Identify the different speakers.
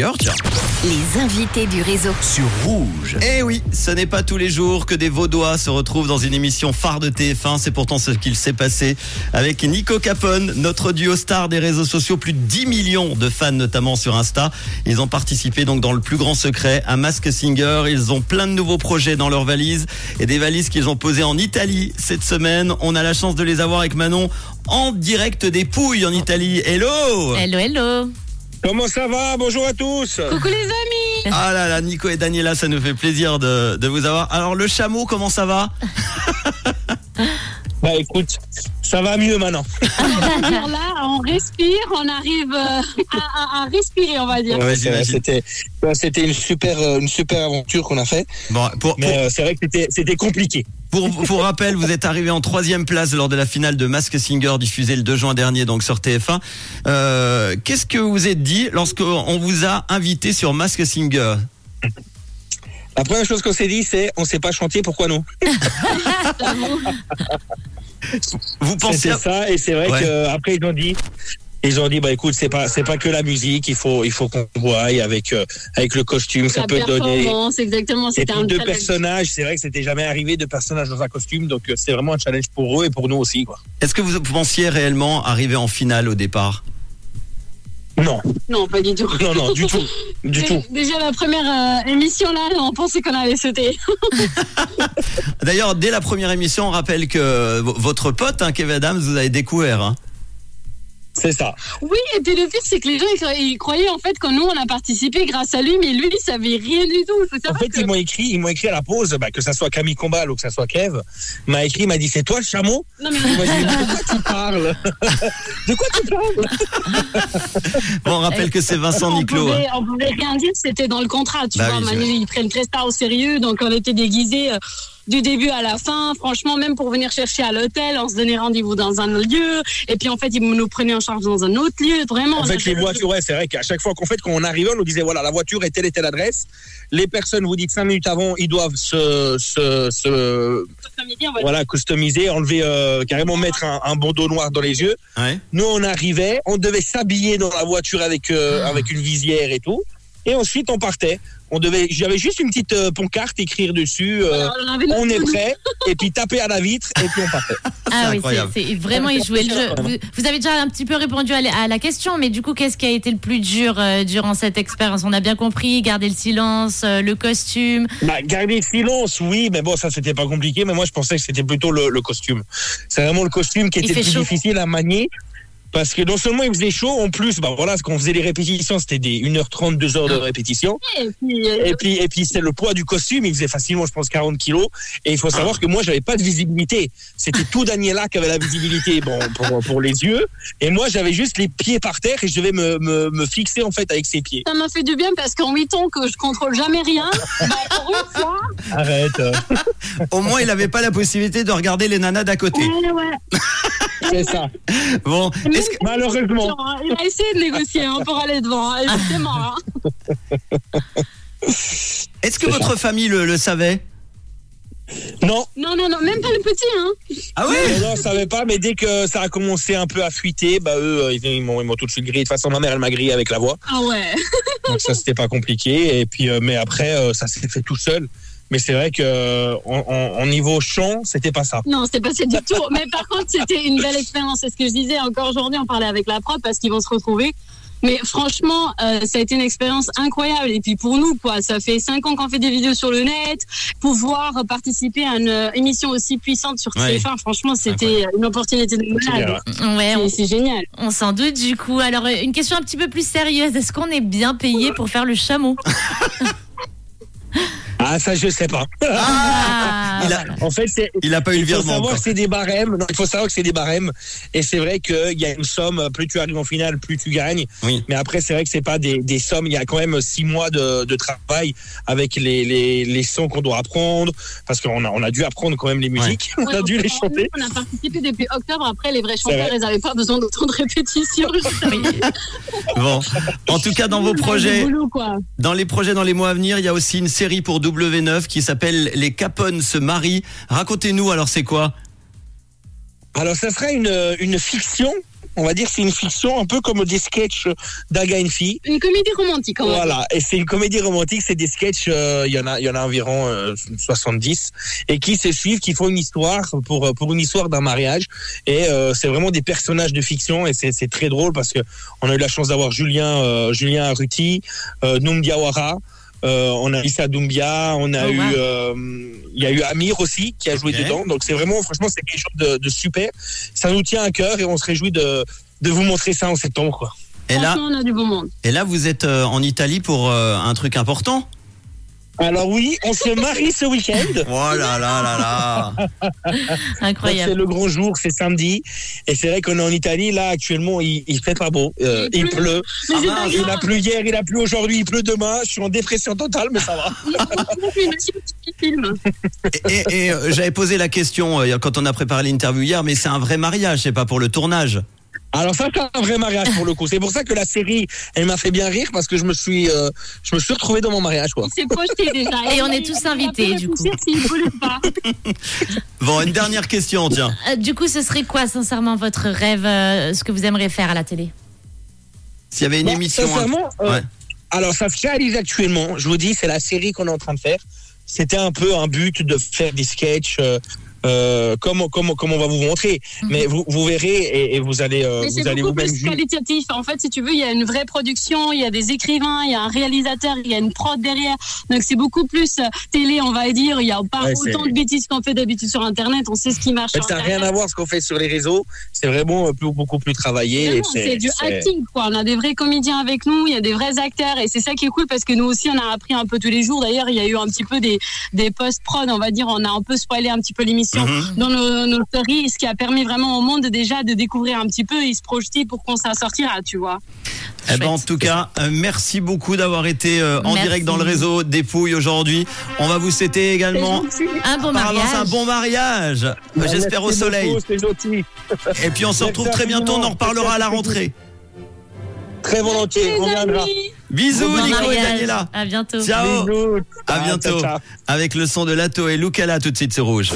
Speaker 1: D'ailleurs, tiens.
Speaker 2: Les invités du réseau.
Speaker 3: sur Rouge.
Speaker 1: Eh oui, ce n'est pas tous les jours que des Vaudois se retrouvent dans une émission phare de TF1. C'est pourtant ce qu'il s'est passé avec Nico Capone, notre duo star des réseaux sociaux. Plus de 10 millions de fans, notamment sur Insta. Ils ont participé donc dans le plus grand secret à Mask Singer. Ils ont plein de nouveaux projets dans leurs valises et des valises qu'ils ont posées en Italie cette semaine. On a la chance de les avoir avec Manon en direct des Pouilles en Italie. Hello!
Speaker 2: Hello, hello.
Speaker 4: Comment ça va Bonjour à tous
Speaker 2: Coucou les amis.
Speaker 1: Ah là là, Nico et Daniela, ça nous fait plaisir de, de vous avoir. Alors le chameau, comment ça va
Speaker 4: Bah écoute, ça va mieux maintenant. Ah.
Speaker 5: Alors là, on respire, on arrive euh, à, à- à respirer, on va dire.
Speaker 1: Ouais,
Speaker 4: C'est vrai,
Speaker 1: j'imagine.
Speaker 4: C'était bah, c'était une super euh, une super aventure qu'on a fait,
Speaker 1: Bon, pour,
Speaker 4: mais euh, c'est vrai que c'était- c'était compliqué.
Speaker 1: pour, pour, pour rappel, vous êtes arrivé en troisième place lors de la finale de Mask Singer diffusée le 2 juin dernier, donc sur TF1. Euh, Qu'est-ce que vous êtes dit lorsqu'on vous a invité sur Mask Singer
Speaker 4: La première chose qu'on s'est dit, c'est on sait pas chanter, pourquoi non
Speaker 1: Vous pensez
Speaker 4: C'était ça, et c'est vrai
Speaker 1: Ouais.
Speaker 4: qu'après ils ont dit. Ils ont dit bah écoute c'est pas c'est pas que la musique il faut il faut qu'on voie avec euh, avec le costume ça
Speaker 5: La
Speaker 4: peut donner
Speaker 5: performance, exactement.
Speaker 4: et
Speaker 5: C'était
Speaker 4: puis
Speaker 5: un
Speaker 4: deux
Speaker 5: challenge.
Speaker 4: personnages c'est vrai que c'était jamais arrivé deux personnages dans un costume donc euh, c'était vraiment un challenge pour eux et pour nous aussi quoi
Speaker 1: Est-ce que vous pensiez réellement arriver en finale au départ
Speaker 4: non
Speaker 5: Non, pas du tout.
Speaker 4: non non du tout du
Speaker 5: Dé-
Speaker 4: tout
Speaker 5: Déjà la première euh, émission là, on pensait qu'on allait sauter.
Speaker 1: D'ailleurs, dès la première émission, on rappelle que v- votre pote, hein, Kevin Adams, vous avez découvert. hein.
Speaker 4: c'est ça
Speaker 5: Oui, et puis le pire, c'est que les gens, ils, cro- ils croyaient en fait que nous, on a participé grâce à lui, mais lui, il savait rien du tout. Faut
Speaker 4: En
Speaker 5: savoir
Speaker 4: fait,
Speaker 5: que-
Speaker 4: ils m'ont écrit, ils m'ont écrit à la pause, bah, que ça soit Camille Combal ou que ça soit Kev, m'a écrit, m'a dit c'est toi le chameau.
Speaker 5: Non, mais-
Speaker 4: Moi, j'ai dit, de quoi tu parles De quoi tu parles
Speaker 1: Bon, on rappelle que c'est Vincent
Speaker 5: on
Speaker 1: Niclot. hein.
Speaker 5: pouvait, on pouvait rien dire, c'était dans le contrat. Tu
Speaker 1: Bah
Speaker 5: vois,
Speaker 1: oui, c'est
Speaker 5: Manu, ils prennent très ça au sérieux, donc on était déguisés euh, du début à la fin. Franchement, même pour venir chercher à l'hôtel, on se donnait rendez-vous dans un lieu, et puis en fait, ils nous prenaient en charge dans un autre lieu. Vraiment.
Speaker 4: En
Speaker 5: on
Speaker 4: fait,
Speaker 5: était-
Speaker 4: les voitures, ouais, c'est vrai qu'à chaque fois qu'on fait, quand on arrivait, on nous disait voilà, la voiture est telle et telle adresse. Les personnes, vous dites cinq minutes avant, ils doivent se, se, se
Speaker 5: Samedi, on va-
Speaker 4: voilà, customiser, enlever, euh, carrément mettre un, un bandeau noir dans les yeux.
Speaker 1: hein. Ouais.
Speaker 4: Nous, on arrivait, on devait s'habiller dans la voiture avec, euh,
Speaker 5: Ah.
Speaker 4: avec une visière et tout. Et ensuite, on partait. On devait, j'avais juste une petite euh, pancarte écrire dessus. euh,
Speaker 5: Voilà, on avait notre-
Speaker 4: on est prêt, et puis taper à la vitre, et puis on partait.
Speaker 6: Ah oui,
Speaker 1: incroyable.
Speaker 6: c'est c'est- vraiment, il jouait le jeu. Vous, vous avez déjà un petit peu répondu à la, à la question, mais du coup, qu'est-ce qui a été le plus dur euh, durant cette expérience On a bien compris, garder le silence, euh, le costume.
Speaker 4: Bah, garder le silence, oui, mais bon, ça c'était pas compliqué, mais moi je pensais que c'était plutôt le, le costume. C'est vraiment le costume qui
Speaker 6: Il
Speaker 4: était le
Speaker 6: fait
Speaker 4: plus
Speaker 6: chaud.
Speaker 4: difficile à manier. Parce que non seulement il faisait chaud, en plus, bah voilà, quand on faisait les répétitions, c'était des 1h30, 2h de répétition.
Speaker 5: Et puis, euh,
Speaker 4: Et puis, et puis c'est le poids du costume, il faisait facilement, je pense, 40 kilos. Et il faut savoir que moi, j'avais pas de visibilité. C'était tout Daniela qui avait la visibilité, bon, pour, pour les yeux. Et moi, j'avais juste les pieds par terre et je devais me, me, me fixer, en fait, avec ses pieds.
Speaker 5: ça m'a fait du bien parce qu'en 8 ans que je contrôle jamais rien, bah, pour une fois,
Speaker 4: Arrête.
Speaker 1: Au moins, il n'avait pas la possibilité de regarder les nanas d'à côté.
Speaker 5: ouais, ouais.
Speaker 4: C'est ça.
Speaker 1: Bon,
Speaker 5: Même
Speaker 1: est-ce que-
Speaker 4: Malheureusement.
Speaker 5: Genre, Il a essayé de négocier hein, pour aller devant, hein, évidemment. hein.
Speaker 1: est-ce que votre famille le- le savait
Speaker 4: Non,
Speaker 5: Non, non, non, même pas le petit. Hein.
Speaker 1: Ah oui
Speaker 4: non, non, je savais pas, mais dès que ça a commencé un peu à fuiter, bah eux, euh, ils, ils m'ont ils m'ont tout de suite grillé. De toute façon, ma mère, elle m'a grillé avec la voix.
Speaker 5: Ah ouais.
Speaker 4: Donc ça, c'était pas compliqué. Et puis, euh, mais après, euh, ça s'est fait tout seul. Mais c'est vrai que euh, en, en- en niveau chant, c'était pas ça.
Speaker 5: Non, c'est passé du tout. Mais par contre, c'était une belle expérience. C'est ce que je disais encore aujourd'hui. On parlait avec la prod parce qu'ils vont se retrouver. Mais franchement, euh, ça a été une expérience incroyable. Et puis pour nous, quoi, ça fait cinq ans qu'on fait des vidéos sur le net. Pouvoir participer à une euh, émission aussi puissante sur
Speaker 1: Ouais.
Speaker 5: TF1, franchement, c'était une opportunité de malade.
Speaker 6: Ouais, on,
Speaker 5: C'est- C'est génial.
Speaker 6: on s'en doute du coup. Alors, euh, une question un petit peu plus sérieuse. Est-ce qu'on est bien payé pour faire le chameau
Speaker 4: Ah, ça, je sais pas.
Speaker 6: Ah,
Speaker 1: il a-
Speaker 6: voilà.
Speaker 4: En fait, c'est
Speaker 1: Il n'a pas eu le
Speaker 4: Il faut
Speaker 1: virement.
Speaker 4: savoir
Speaker 1: encore.
Speaker 4: que c'est des barèmes. Non, il faut savoir que c'est des barèmes. Et c'est vrai qu'il y a une somme. Plus tu arrives en finale, plus tu gagnes.
Speaker 1: Oui.
Speaker 4: Mais après, c'est vrai que c'est pas des, des sommes. Il y a quand même six mois de, de travail avec les, les, les sons qu'on doit apprendre. Parce qu'on a, on a dû apprendre quand même les musiques. On a
Speaker 5: Ouais,
Speaker 4: dû les
Speaker 5: on-
Speaker 4: chanter.
Speaker 5: On a participé depuis octobre. Après, les vrais
Speaker 4: C'est
Speaker 5: chanteurs, ils n'avaient pas besoin d'autant de répétitions.
Speaker 1: Bon. En tout cas, dans vos
Speaker 5: Du
Speaker 1: projets,
Speaker 5: boulot, quoi.
Speaker 1: dans les projets dans les mois à venir, il y a aussi une série pour W9 qui s'appelle Les Capones se marient. Racontez-nous alors c'est quoi
Speaker 4: Alors, ça sera une, une fiction on va dire, c'est une fiction un peu comme des sketchs d'Aga une fille.
Speaker 5: Une comédie romantique, en vrai.
Speaker 4: Voilà, et c'est une comédie romantique, c'est des sketchs, euh, il y en a, il y en a environ euh, 70, et qui se suivent, qui font une histoire pour euh, pour une histoire d'un mariage, et euh, c'est vraiment des personnages de fiction, et c'est c'est très drôle parce que on a eu la chance d'avoir Julien euh, Julien Arruti, euh, Noum Diawara, euh, on a Issa Doumbia, on a
Speaker 6: Oh,
Speaker 4: eu
Speaker 6: wow.
Speaker 4: euh, il y a eu Amir aussi qui a joué
Speaker 1: Ok.
Speaker 4: dedans, donc c'est vraiment franchement c'est quelque chose de, de super, ça nous tient à cœur et on se réjouit de de vous montrer ça en septembre quoi.
Speaker 1: Et là,
Speaker 5: Franchement, on a du beau monde.
Speaker 1: et là, vous êtes euh, en Italie pour euh, un truc important.
Speaker 4: Alors oui, on se marie ce week-end.
Speaker 1: Oh là là là là.
Speaker 4: Donc, C'est
Speaker 6: Incroyable.
Speaker 4: le grand jour, c'est samedi. Et c'est vrai qu'on est en Italie, là, actuellement, il, il fait pas beau. Euh,
Speaker 5: Il
Speaker 4: il
Speaker 5: pleut.
Speaker 4: pleut.
Speaker 5: Mais
Speaker 1: Ah
Speaker 5: c'est
Speaker 1: mince,
Speaker 5: pas
Speaker 4: Il a
Speaker 5: grave.
Speaker 4: plu hier, il a plu aujourd'hui, il pleut demain. Je suis en dépression totale, mais ça va.
Speaker 5: Franchement, je m'imagine un petit film.
Speaker 1: Et, et- et, euh, j'avais posé la question euh, quand on a préparé l'interview hier, mais c'est un vrai mariage, c'est pas pour le tournage.
Speaker 4: Alors ça, c'est un vrai mariage pour le coup. C'est pour ça que la série, elle m'a fait bien rire parce que je me suis, euh, je me suis retrouvé dans mon mariage, quoi.
Speaker 5: Il s'est projeté déjà.
Speaker 6: Et
Speaker 5: Il
Speaker 6: on
Speaker 5: a-
Speaker 6: est tous
Speaker 5: il a
Speaker 6: invités,
Speaker 5: pu
Speaker 6: du coup.
Speaker 5: réfléchir s'il voulait pas.
Speaker 1: Bon, une dernière question, tiens.
Speaker 6: Euh, du coup, ce serait quoi, sincèrement, votre rêve, euh, ce que vous aimeriez faire à la télé
Speaker 1: S'il y avait une
Speaker 4: Bon,
Speaker 1: émission. hein.
Speaker 4: Bah, sincèrement, euh,
Speaker 1: Ouais.
Speaker 4: alors ça se réalise actuellement. Je vous dis, c'est la série qu'on est en train de faire. C'était un peu un but de faire des sketchs. euh, euh, comme, comme, comme on va vous montrer,
Speaker 6: Mhm.
Speaker 4: mais vous, vous verrez et, et vous allez euh,
Speaker 5: Mais
Speaker 4: vous
Speaker 5: c'est
Speaker 4: allez
Speaker 5: beaucoup
Speaker 4: vous-même
Speaker 5: plus
Speaker 4: juger.
Speaker 5: qualitatif. En fait, si tu veux, il y a une vraie production, il y a des écrivains, il y a un réalisateur, il y a une prod derrière. Donc c'est beaucoup plus euh, télé, on va dire. Il n'y a pas
Speaker 4: Ouais,
Speaker 5: autant
Speaker 4: c'est-
Speaker 5: de bêtises qu'on fait d'habitude sur Internet. On sait ce qui marche.
Speaker 4: En fait,
Speaker 5: sur
Speaker 4: ça n'a rien
Speaker 5: Internet.
Speaker 4: à voir ce qu'on fait sur les réseaux. C'est vraiment euh, plus- beaucoup plus travaillé. et
Speaker 5: Vraiment, C'est du
Speaker 4: c'est-
Speaker 5: acting, quoi. On a des vrais comédiens avec nous, il y a des vrais acteurs, et c'est ça qui est cool parce que nous aussi, on a appris un peu tous les jours. D'ailleurs, il y a eu un petit peu des, des post-prod, on va dire, on a un peu spoilé un petit peu l'émission
Speaker 1: Mhm.
Speaker 5: dans nos, nos stories, ce qui a permis vraiment au monde déjà de découvrir un petit peu et se projeter pour qu'on s'en sortira, tu vois.
Speaker 1: Eh ben, en
Speaker 6: Chouette.
Speaker 1: tout cas, euh, merci beaucoup d'avoir été euh, en
Speaker 6: Merci.
Speaker 1: direct dans le réseau des Pouilles aujourd'hui. On va vous souhaiter également.
Speaker 6: Un bon
Speaker 1: par avance,
Speaker 6: mariage.
Speaker 1: un bon mariage.
Speaker 4: Bah,
Speaker 1: J'espère au
Speaker 4: merci
Speaker 1: soleil.
Speaker 4: beaucoup, c'est gentil.
Speaker 1: Et puis on se retrouve très bientôt. On en reparlera à la rentrée.
Speaker 4: Très volontiers, on
Speaker 5: Les
Speaker 4: viendra.
Speaker 5: amis,
Speaker 1: Bisous,
Speaker 6: Bon
Speaker 1: Nico et
Speaker 6: mariage.
Speaker 1: Daniela.
Speaker 6: À bientôt.
Speaker 1: Ciao. À
Speaker 4: Bisous. Ciao, ciao,
Speaker 1: bientôt.
Speaker 4: ciao.
Speaker 1: Avec le son de Lato et Lucala tout de suite sur Rouge.